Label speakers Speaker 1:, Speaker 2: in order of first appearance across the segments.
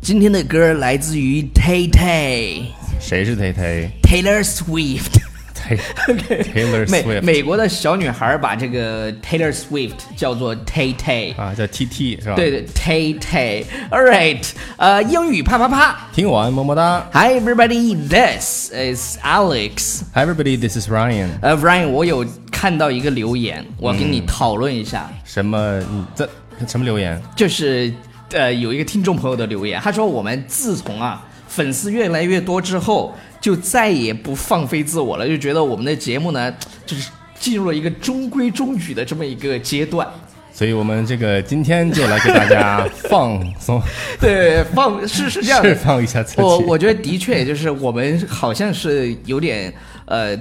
Speaker 1: 今天的歌来自于 Tay Tay
Speaker 2: 谁是 Tay Tay
Speaker 1: Taylor Swift，
Speaker 2: Tay Taylor
Speaker 1: 美
Speaker 2: Swift
Speaker 1: 美国的小女孩把这个 Taylor Swift 叫做 Tay Tay，
Speaker 2: 啊？叫 TT 是吧？
Speaker 1: 对，对 Tay Tay。All right，呃，英语啪啪啪。
Speaker 2: 听完么么哒。
Speaker 1: Hi everybody, this is Alex.
Speaker 2: Hi everybody, this is Ryan。
Speaker 1: 呃，Ryan，我有看到一个留言，我要跟
Speaker 2: 嗯
Speaker 1: 你讨论一下，
Speaker 2: 什么？你这什么留言？
Speaker 1: 就是呃，有一个听众朋友的留言，他说我们自从啊粉丝越来越多之后，就再也不放飞自我了，就觉得我们的节目呢，就是进入了一个中规中矩的这么一个阶段。
Speaker 2: 所以我们这个今天就来给 大家放松，
Speaker 1: 对，放是是这样的
Speaker 2: 释，放一下自己。
Speaker 1: 我我觉得的确就是我们好像是有点呃。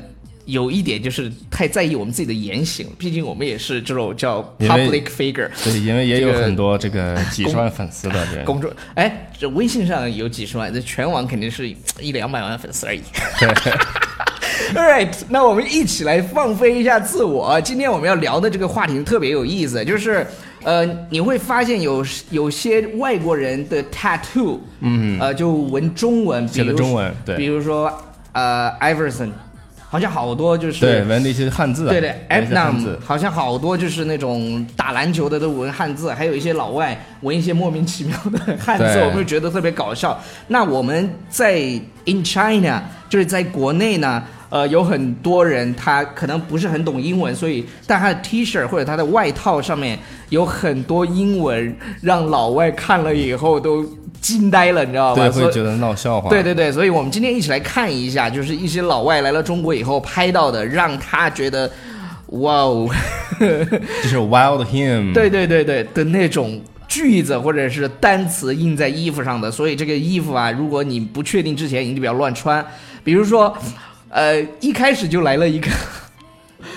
Speaker 1: 有一点就是太在意我们自己的言行，毕竟我们也是这种叫
Speaker 2: 因为
Speaker 1: public figure，
Speaker 2: 对，因为也有
Speaker 1: 这个
Speaker 2: 很多这个几十万粉丝 的人，
Speaker 1: 公众哎，这微信上有几十万，这全网肯定是一两百万粉丝 而已。All right，那我们一起来放飞一下自我。今天我们要聊的这个话题特别有意思，就是呃，你会发现有有些外国人的 tattoo，嗯，呃，就纹中文，比
Speaker 2: 写的
Speaker 1: 如
Speaker 2: 中文对
Speaker 1: 比如说呃，Iverson，好像好多就是
Speaker 2: 对，纹了一些汉字啊，
Speaker 1: 对对 a b n
Speaker 2: 纹一些
Speaker 1: a
Speaker 2: 汉
Speaker 1: m
Speaker 2: 字，
Speaker 1: 好像好多就是那种打篮球的都纹汉字，还有一些老外纹一些莫名其妙的汉字，
Speaker 2: 对
Speaker 1: 我们就觉得特别搞笑。那我们在 in China，就是在国内呢。呃，有很多人他可能不是很懂英文，所以但他的 T 恤或者他的外套上面有很多英文，让老外看了以后都惊呆了，你知道吧？
Speaker 2: 对，
Speaker 1: 所以
Speaker 2: 会觉得闹笑话。
Speaker 1: 对对对，所以我们今天一起来看一下，就是一些老外来了中国以后拍到的，让他觉得，哇哦，
Speaker 2: 就是 Wild Him。
Speaker 1: 对对对对的那种。句子或者是单词印在衣服上的，所以这个衣服啊，如果你不确定之前，你就不要乱穿。比如说，呃，一开始就来了一个，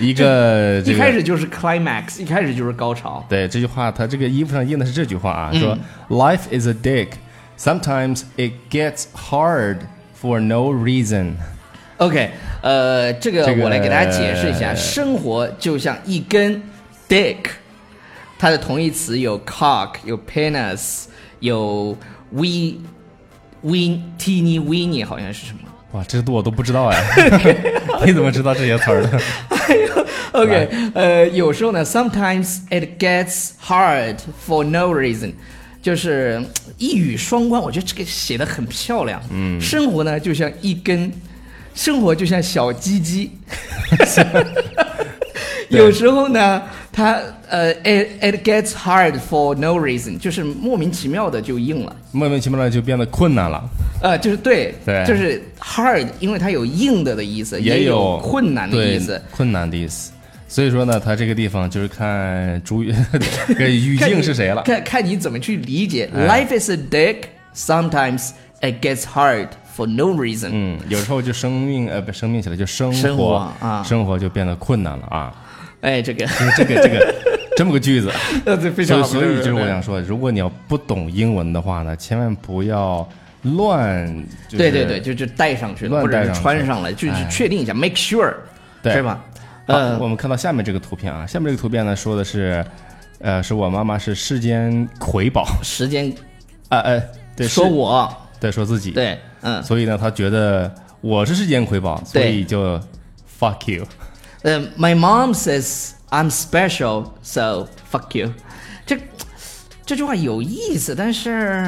Speaker 2: 一个这
Speaker 1: 一
Speaker 2: 个
Speaker 1: 开始就是 climax，一开始就是高潮。
Speaker 2: 对这句话，它这个衣服上印的是这句话啊，
Speaker 1: 嗯
Speaker 2: 说 Life is a dick. Sometimes it gets hard for no reason.
Speaker 1: OK，呃，这个
Speaker 2: 这个哎
Speaker 1: 我来给大家解释一下，生活就像一根 dick，它的同义词有 cock，有 penis，有 wee wee teeny weeny，好像是什么
Speaker 2: 哇，这我都不知道哎， 你怎么知道这些词儿的？
Speaker 1: ？OK，呃，有时候呢，sometimes it gets hard for no reason。就是嗯一语双关，我觉得这个写的很漂亮。嗯，生活呢就像一根，生活就像小鸡鸡，
Speaker 2: 对
Speaker 1: 有时候呢，它呃，it it gets hard for no reason，就是莫名其妙的就硬了，
Speaker 2: 莫名其妙的就变得困难了，
Speaker 1: 呃，就是对，
Speaker 2: 对
Speaker 1: 就是 hard，因为它有硬的的意思，也
Speaker 2: 有
Speaker 1: 困难的意思
Speaker 2: 对。困难的意思。所以说呢，它这个地方就是看主 语这个语境是谁了。
Speaker 1: 看看你怎么去理解。
Speaker 2: 哎
Speaker 1: Life is a dick. Sometimes it gets hard for no reason.
Speaker 2: 嗯，有时候就生命呃不生命起来就生活
Speaker 1: 生活啊
Speaker 2: 生活就变得困难了啊。
Speaker 1: 哎，这 个，
Speaker 2: 就是这个这个这么个句子，
Speaker 1: 呃， 这非
Speaker 2: 所
Speaker 1: 常
Speaker 2: 以
Speaker 1: 好。
Speaker 2: 所以就是我
Speaker 1: 对
Speaker 2: 想说，如果你要不懂英文的话呢，千万不要乱，就是、
Speaker 1: 对对对，就就带上去了，
Speaker 2: 乱
Speaker 1: 或者
Speaker 2: 带上
Speaker 1: 是
Speaker 2: 去哎
Speaker 1: 穿上了，就去确定一下，make sure，
Speaker 2: 对
Speaker 1: 是吧？
Speaker 2: 好
Speaker 1: 呃，
Speaker 2: 我们看到下面这个图片啊，下面这个图片呢说的是，呃，是我妈妈是世间瑰宝，
Speaker 1: 时间
Speaker 2: 啊呃，对，
Speaker 1: 说
Speaker 2: 是
Speaker 1: 我，
Speaker 2: 对说自己，，
Speaker 1: 对，嗯。
Speaker 2: 所以呢，她觉得我是世间瑰宝，所
Speaker 1: 对
Speaker 2: 以就 fuck you，
Speaker 1: 呃，My mom says I'm special, so fuck you 这。这句话有意思，但是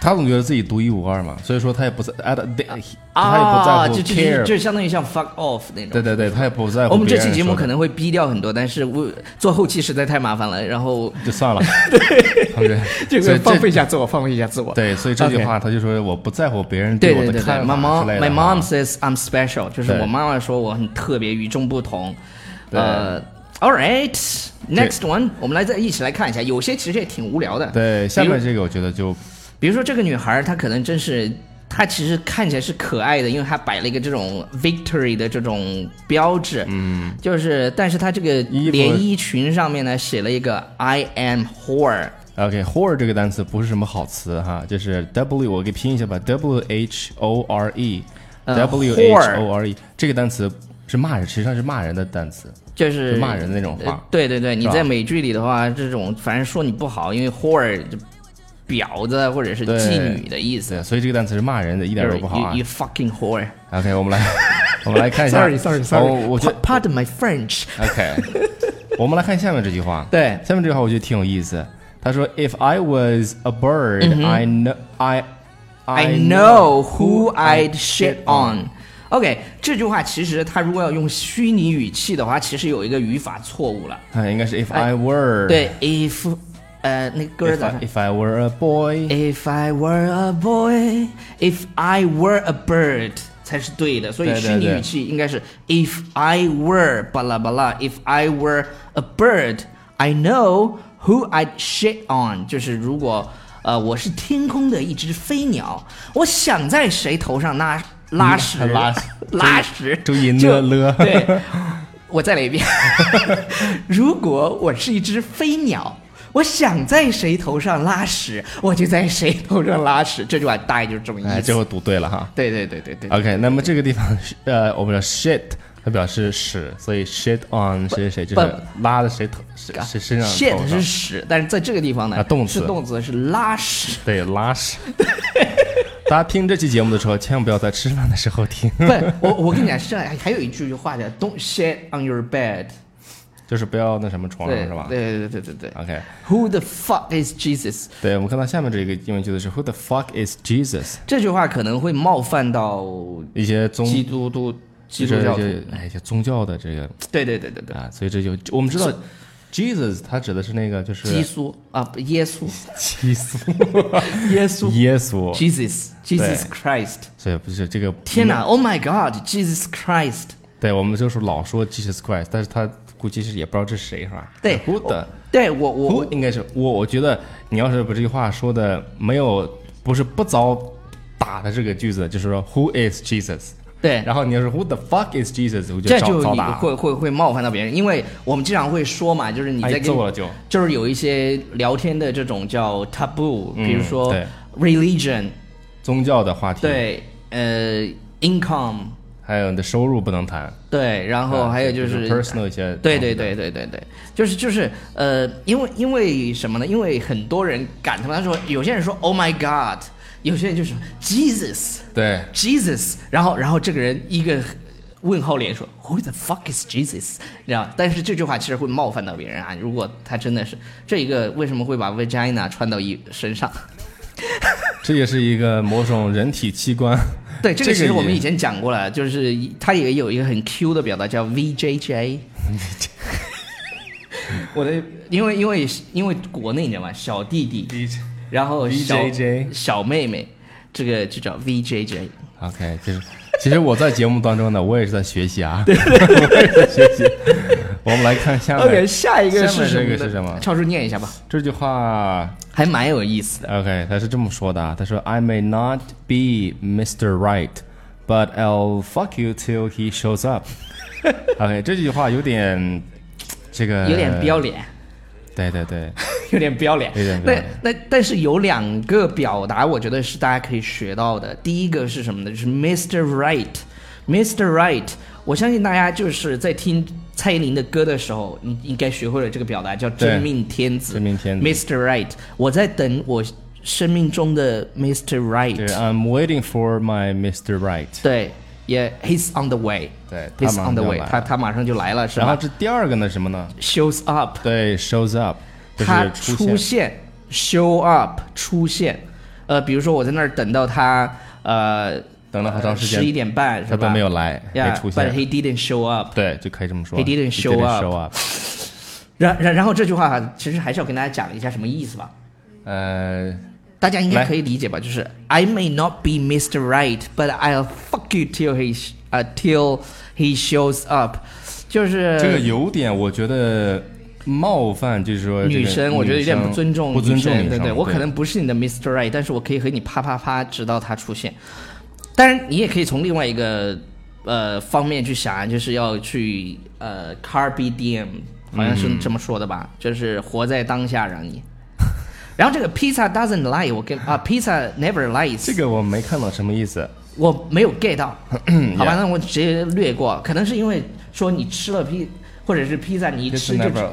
Speaker 2: 她总觉得自己独一无二嘛，所以说她也不在，啊，她
Speaker 1: 啊，
Speaker 2: 也
Speaker 1: 就
Speaker 2: 不在乎
Speaker 1: 就就
Speaker 2: care，
Speaker 1: 就相当于像 fuck off 那种。
Speaker 2: 对对对，她也不在乎
Speaker 1: 我们这
Speaker 2: 别
Speaker 1: 期
Speaker 2: 人
Speaker 1: 节目
Speaker 2: 说的
Speaker 1: 可能会逼掉很多，但是我做后期实在太麻烦了，然后
Speaker 2: 就 算了，对，
Speaker 1: 这
Speaker 2: 所以
Speaker 1: 个放飞一下自我，放飞一下自我。
Speaker 2: 对，所以这句
Speaker 1: OK
Speaker 2: 话他就说我不在乎别人
Speaker 1: 对
Speaker 2: 我
Speaker 1: 对
Speaker 2: 的
Speaker 1: 对对
Speaker 2: 看
Speaker 1: ，My
Speaker 2: 法
Speaker 1: mom
Speaker 2: 之类
Speaker 1: My
Speaker 2: 的
Speaker 1: mom
Speaker 2: 啊。
Speaker 1: says I'm special，就是
Speaker 2: 对
Speaker 1: 我妈妈说我很特别，与众不同。
Speaker 2: 对
Speaker 1: 呃，All right，next one，我们来再一起来看一下，有些其实也挺无聊的。
Speaker 2: 对，下
Speaker 1: 比如
Speaker 2: 面这个我觉得就
Speaker 1: 比如说这个女孩儿，她可能真是，她其实看起来是可爱的，因为她摆了一个这种 victory 的这种标志，嗯，就是，但是她这个
Speaker 2: 衣服
Speaker 1: 连衣裙上面呢写了一个 I am whore，
Speaker 2: OK whore 这个单词不是什么好词哈，就是 W 我给拼一下吧，W H O R E
Speaker 1: 呃
Speaker 2: W H O R E 这个单词是骂人，实际上是骂人的单词，
Speaker 1: 就是
Speaker 2: 就骂人的那种
Speaker 1: 呃
Speaker 2: 话。
Speaker 1: 对对对，你
Speaker 2: 是吧
Speaker 1: 在美剧里的话，这种反正说你不好，因为 whore 就婊子或者是
Speaker 2: 对
Speaker 1: 妓女的意思
Speaker 2: 对，。所以这个单词是骂人的，一点都
Speaker 1: You-
Speaker 2: 不好啊
Speaker 1: you-。you fucking whore.
Speaker 2: OK，我们来， 我们来看一 下。
Speaker 1: Sorry, sorry, sorry.
Speaker 2: 哦我觉得
Speaker 1: Pardon my French.
Speaker 2: OK，我们来看下面这句话。
Speaker 1: 对
Speaker 2: 下面这句话我觉得挺有意思。他说：“If I was a bird, I know I
Speaker 1: Mm-hmm. I know who I'd shit on。OK，这句话其实它如果要用虚拟语气的话，其实有一个语法错误了。
Speaker 2: 啊，应该是 If I were
Speaker 1: 对，if 呃那个歌儿
Speaker 2: If
Speaker 1: 咋
Speaker 2: I,
Speaker 1: 唱
Speaker 2: if I were a boy，
Speaker 1: ？If I were a boy, if I were a bird 才是对的，所以
Speaker 2: 对对
Speaker 1: 虚拟
Speaker 2: 对
Speaker 1: 语气应该是 If I were 巴拉巴拉，If I were a bird, I know who I'd shit on。就是如果呃我是天空的一只飞鸟，我想在谁头上拉拉屎
Speaker 2: 拉屎
Speaker 1: 拉屎，
Speaker 2: 注意
Speaker 1: 就
Speaker 2: 呢了
Speaker 1: 对，我再来一遍。 如果我是一只飞鸟，我想在谁头上拉屎，我就在谁头上拉屎。这句话大概就是这么
Speaker 2: 哎，啊
Speaker 1: 意思。
Speaker 2: 最后读对了哈。
Speaker 1: 对对对对对。
Speaker 2: OK，那么这个地方 是呃，我们说 shit，它表示屎，所以 shit on 谁谁谁就是拉的谁头谁谁身上头
Speaker 1: 啊 shit
Speaker 2: 上
Speaker 1: 是屎，但是在这个地方呢，
Speaker 2: 啊动词
Speaker 1: 是动词是拉 屎。
Speaker 2: 对拉屎。大家听这期节目的时候，千万不要在吃饭的时候听，
Speaker 1: 不，我我跟你讲，是这样还有一句话叫 "Don't shit on your bed"，
Speaker 2: 就是不要那什么床上
Speaker 1: 对
Speaker 2: 是吧？啊
Speaker 1: 对对对对对。
Speaker 2: OK，
Speaker 1: Who the fuck is Jesus？
Speaker 2: 对，我们看到下面这个英文句子是 Who the fuck is Jesus？
Speaker 1: 这句话可能会冒犯到
Speaker 2: 一些宗
Speaker 1: 基督徒、基
Speaker 2: 就
Speaker 1: 督
Speaker 2: 是
Speaker 1: 教
Speaker 2: 一
Speaker 1: 徒。
Speaker 2: 些哎一些宗教的这个
Speaker 1: 对对对对对。
Speaker 2: 啊，所以这就我们知道 Jesus 他指的是那个就是
Speaker 1: 基稣啊，不耶稣，
Speaker 2: 基督
Speaker 1: 耶稣
Speaker 2: 耶稣，
Speaker 1: ，Jesus Jesus
Speaker 2: 对
Speaker 1: Christ，
Speaker 2: 所以不是这个
Speaker 1: 天哪，Oh my God，Jesus Christ，
Speaker 2: 对，我们就是老说 Jesus Christ，但是他估计是也不知道这是谁，是吧？
Speaker 1: 对
Speaker 2: ，Who the
Speaker 1: 对我我
Speaker 2: Who 应该是我，我觉得你要是把这句话说的没有不是不遭打的这个句子，就是说 Who is Jesus？
Speaker 1: 对，
Speaker 2: 然后你要是 Who the fuck is Jesus？我
Speaker 1: 这
Speaker 2: 遭
Speaker 1: 就
Speaker 2: 遭
Speaker 1: 你
Speaker 2: 打，
Speaker 1: 会会会冒犯到别人，因为我们经常会说嘛，就是你在
Speaker 2: 挨
Speaker 1: 跟
Speaker 2: 哎揍了就
Speaker 1: 就是有一些聊天的这种叫 taboo，比如说
Speaker 2: 嗯对嗯
Speaker 1: religion，
Speaker 2: 宗教的话题，，
Speaker 1: 对，呃，income，
Speaker 2: 还有你的收入不能谈，
Speaker 1: 对，然后
Speaker 2: 啊
Speaker 1: 还有就
Speaker 2: 就是 personal 一些，
Speaker 1: 对对，对对对对，就是就是呃，因为因为什么呢？因为很多人感叹他说，有些人说 “Oh my God”，有些人就说 “Jesus
Speaker 2: 对
Speaker 1: Jesus”，然后然后这个人一个问号脸说 “Who the fuck is Jesus”，你知道？但是这句话其实会冒犯到别人啊。如果他真的是这一个，为什么会把 vagina 穿到一身上？
Speaker 2: 这也是一个某种人体器官。
Speaker 1: 对，这
Speaker 2: 这
Speaker 1: 个
Speaker 2: 个
Speaker 1: 其实我们
Speaker 2: 也
Speaker 1: 以前讲过了，就是一它也有一个很 Q 的表达叫 VJJ。我的，因为因为因为国内你知道吗？小弟弟， 然后小
Speaker 2: VJJ
Speaker 1: 小妹妹，这个就叫 VJJ。
Speaker 2: OK，就是其实我在节目当中呢，我也是在学习啊， 我也在学习。我们来看下面
Speaker 1: OK，下一个
Speaker 2: 下
Speaker 1: 是
Speaker 2: 面
Speaker 1: 什
Speaker 2: 这
Speaker 1: 么
Speaker 2: 个
Speaker 1: 呢？
Speaker 2: 是什么
Speaker 1: 超叔念一下吧，
Speaker 2: 这句话
Speaker 1: 还蛮有意思的。
Speaker 2: ，OK，他是这么说的啊，他说 I may not be Mr. Right, but I'll fuck you till he shows up。OK，这句话有点这个
Speaker 1: 有点不要，脸，
Speaker 2: 对对对，
Speaker 1: 有点不要脸
Speaker 2: 有点。不要
Speaker 1: 那
Speaker 2: 脸
Speaker 1: 那但是有两个表达，我觉得是大家可以学到的。第一个是什么呢？就是 Mr. Right，Mr. Right。我相信大家就是在听蔡依林的歌的时候，你应该学会了这个表达，叫真命天子。
Speaker 2: 真命天子
Speaker 1: Mr. Right，我在等我生命中的 Mr.
Speaker 2: 就是
Speaker 1: Right。
Speaker 2: I'm waiting for my Mr. Right。
Speaker 1: 对，也、He's on the way。
Speaker 2: 对他
Speaker 1: ，He's
Speaker 2: 马上
Speaker 1: on the
Speaker 2: 就
Speaker 1: way
Speaker 2: 来了
Speaker 1: 他他马上就来了，是
Speaker 2: 然后
Speaker 1: 吧
Speaker 2: 这第二个呢是什么呢？
Speaker 1: ？Shows up。
Speaker 2: 对，shows up，就是
Speaker 1: 他
Speaker 2: 出
Speaker 1: 出现，show up 出现，呃，比如说我在那儿等到他，呃，
Speaker 2: 等了好长时间
Speaker 1: 十一点半是
Speaker 2: 他
Speaker 1: 吧？
Speaker 2: 都没有来，没
Speaker 1: Yeah,
Speaker 2: 出
Speaker 1: but
Speaker 2: 现。
Speaker 1: he didn't show up.
Speaker 2: 对，就可以这么说。
Speaker 1: He didn't show up
Speaker 2: up。
Speaker 1: 然然然后这句话其实还是要跟大家讲一下什么意思吧，
Speaker 2: 呃，
Speaker 1: 大家应该
Speaker 2: 来
Speaker 1: 可以理解吧？就是 I may not be Mr. Right, but I'll fuck you till he 呃 till he shows up，就是
Speaker 2: 这个有点，我觉得冒犯，就是说这个
Speaker 1: 女生，我觉得有点不尊重
Speaker 2: 不尊重
Speaker 1: 女
Speaker 2: 女
Speaker 1: 生对
Speaker 2: 生
Speaker 1: 对，我可能不是你的 Mr. Right，但是我可以和你啪啪啪，直到他出现。当然，你也可以从另外一个呃方面去想啊，就是要去呃 Carpe Diem，好像
Speaker 2: 嗯
Speaker 1: 是这么说的吧，就是活在当下，让你。 然后这个 Pizza doesn't lie，我跟啊 Pizza never lies，
Speaker 2: 这个我没看懂什么意思。
Speaker 1: 我没有 get 到，好吧，那我直接略过，可能是因为说你吃了披，或者是披萨，你一
Speaker 2: It's
Speaker 1: 吃就知
Speaker 2: never-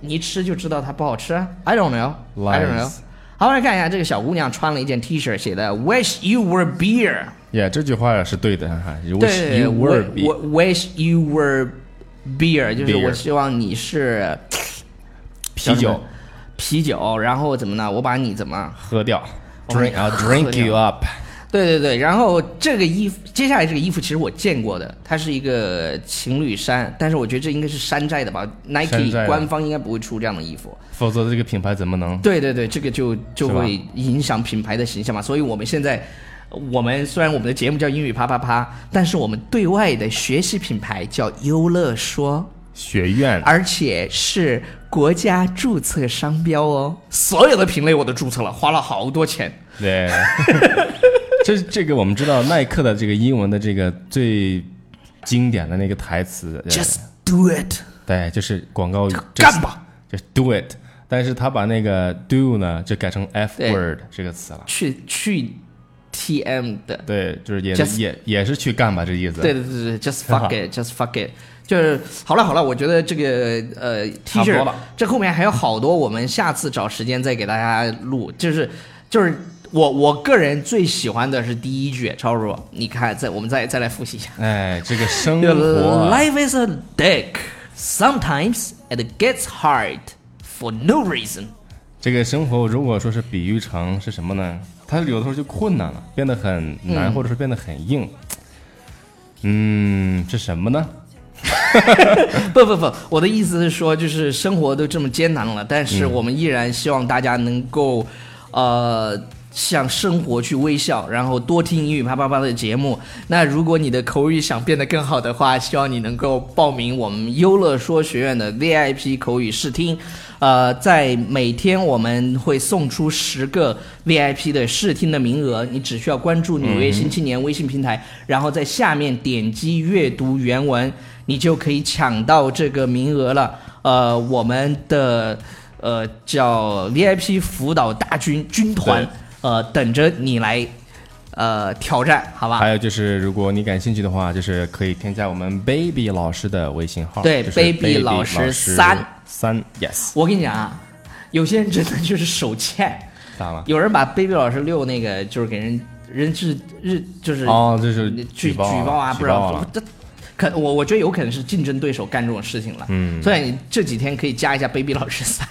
Speaker 1: 你一吃就知道它不好吃啊。I don't know, I don't know
Speaker 2: Lies。
Speaker 1: 好，我们来看一下这个小姑娘穿了一件 T 恤，写的 “Wish you were beer”。
Speaker 2: Yeah，这句话是对的哈。You
Speaker 1: 对
Speaker 2: wish
Speaker 1: 对
Speaker 2: you
Speaker 1: 对
Speaker 2: were
Speaker 1: 我
Speaker 2: be
Speaker 1: 我 wish you were beer，就是
Speaker 2: Beer
Speaker 1: 我希望你是
Speaker 2: 啤酒，
Speaker 1: 啤酒，然后怎么呢？我把你怎么？
Speaker 2: 喝掉
Speaker 1: 我们
Speaker 2: ，drink 啊 drink you up。
Speaker 1: 对对对，然后这个衣服，接下来这个衣服其实我见过的，它是一个情侣衫，但是我觉得这应该是山寨的吧
Speaker 2: 山
Speaker 1: ，Nike
Speaker 2: 寨的
Speaker 1: 官方应该不会出这样的衣服。
Speaker 2: 否则这个品牌怎么能？
Speaker 1: 对对对，这个就就是
Speaker 2: 吧
Speaker 1: 会影响品牌的形象嘛。所以我们现在，我们虽然我们的节目叫英语啪啪啪，但是我们对外的学习品牌叫优乐说，
Speaker 2: 学院
Speaker 1: 而且是国家注册商标哦。所有的品类我都注册了，花了好多钱。
Speaker 2: 对，这这个我们知道，耐克的这个英文的这个最经典的那个台词，对
Speaker 1: Just do it，
Speaker 2: 对，就是广告语，
Speaker 1: 干吧。
Speaker 2: 就是 do it。但是他把那个 do 呢，就改成 f
Speaker 1: 对
Speaker 2: word 这个词了。
Speaker 1: 去去 TM 的，
Speaker 2: 对，就是也
Speaker 1: Just-
Speaker 2: 也也是去干吧，这意思。
Speaker 1: 对对对对，just
Speaker 2: 很好
Speaker 1: fuck it，just fuck it，就是好了好了，我觉得这个呃 T
Speaker 2: 差不多
Speaker 1: 恤
Speaker 2: 了
Speaker 1: 这后面还有好多，我们下次找时间再给大家录，就是就是。我我个人最喜欢的是第一句，超叔，你看，再我们再再来复习一下。
Speaker 2: 哎，这个生活啊
Speaker 1: Life is a dick. Sometimes it gets hard for no reason.
Speaker 2: 这个生活如果说是比喻成是什么呢？它有的时候就困难了，变得很难，或者是变得很硬。嗯，是什么呢？
Speaker 1: 不不不，我的意思是说，就是生活都这么艰难了，但是我们依然希望大家能够，呃，向生活去微笑，然后多听英语啪啪啪的节目。那如果你的口语想变得更好的话，希望你能够报名我们优乐说学院的 VIP 口语试听。呃，在每天我们会送出十个 VIP 的试听的名额，你只需要关注《纽约新青年》微信平台，然后在下面点击阅读原文，你就可以抢到这个名额了。呃，我们的呃叫 VIP 辅导大军军团
Speaker 2: 对，
Speaker 1: 呃，等着你来呃挑战，好吧？
Speaker 2: 还有就是，如果你感兴趣的话，就是可以添加我们 Baby 老师的微信号，
Speaker 1: 对
Speaker 2: 就是
Speaker 1: Baby
Speaker 2: Baby
Speaker 1: 老
Speaker 2: 老
Speaker 1: 师三
Speaker 2: 三三，yes，
Speaker 1: 我跟你讲啊，有些人真的就是手欠。
Speaker 2: 大吗？
Speaker 1: 有人把 Baby 老师六那个就是给人人质日就是
Speaker 2: 哦，这是
Speaker 1: 去
Speaker 2: 报举
Speaker 1: 报啊，不知
Speaker 2: 报
Speaker 1: 道
Speaker 2: 了
Speaker 1: 这可我我觉得有可能是竞争对手干这种事情了。嗯，所以你这几天可以加一下 Baby 老师三。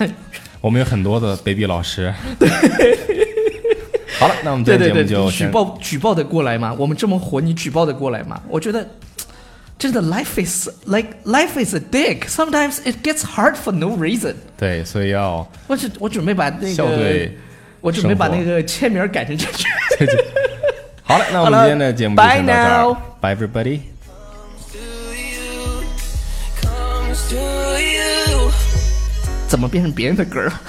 Speaker 2: 我们有很多的 Baby 老师。好了，那我们今
Speaker 1: 对对
Speaker 2: 天节目
Speaker 1: 对，
Speaker 2: 就
Speaker 1: 你举
Speaker 2: 先
Speaker 1: 报举报的过来吗？我们这么火，你举报的过来吗？我觉得。真的，life is like life is a dick. Sometimes it gets hard for no reason.
Speaker 2: 对，所以要
Speaker 1: 我准我准备把那
Speaker 2: 笑
Speaker 1: 个
Speaker 2: 对。
Speaker 1: 我准备把
Speaker 2: 生活
Speaker 1: 那个签名改成这句。
Speaker 2: 好了，那我们
Speaker 1: 好了
Speaker 2: 今天的节目就先到这
Speaker 1: bye
Speaker 2: 儿
Speaker 1: now
Speaker 2: ，Bye everybody。
Speaker 3: to you comes to you
Speaker 1: 怎么变成别人的歌了？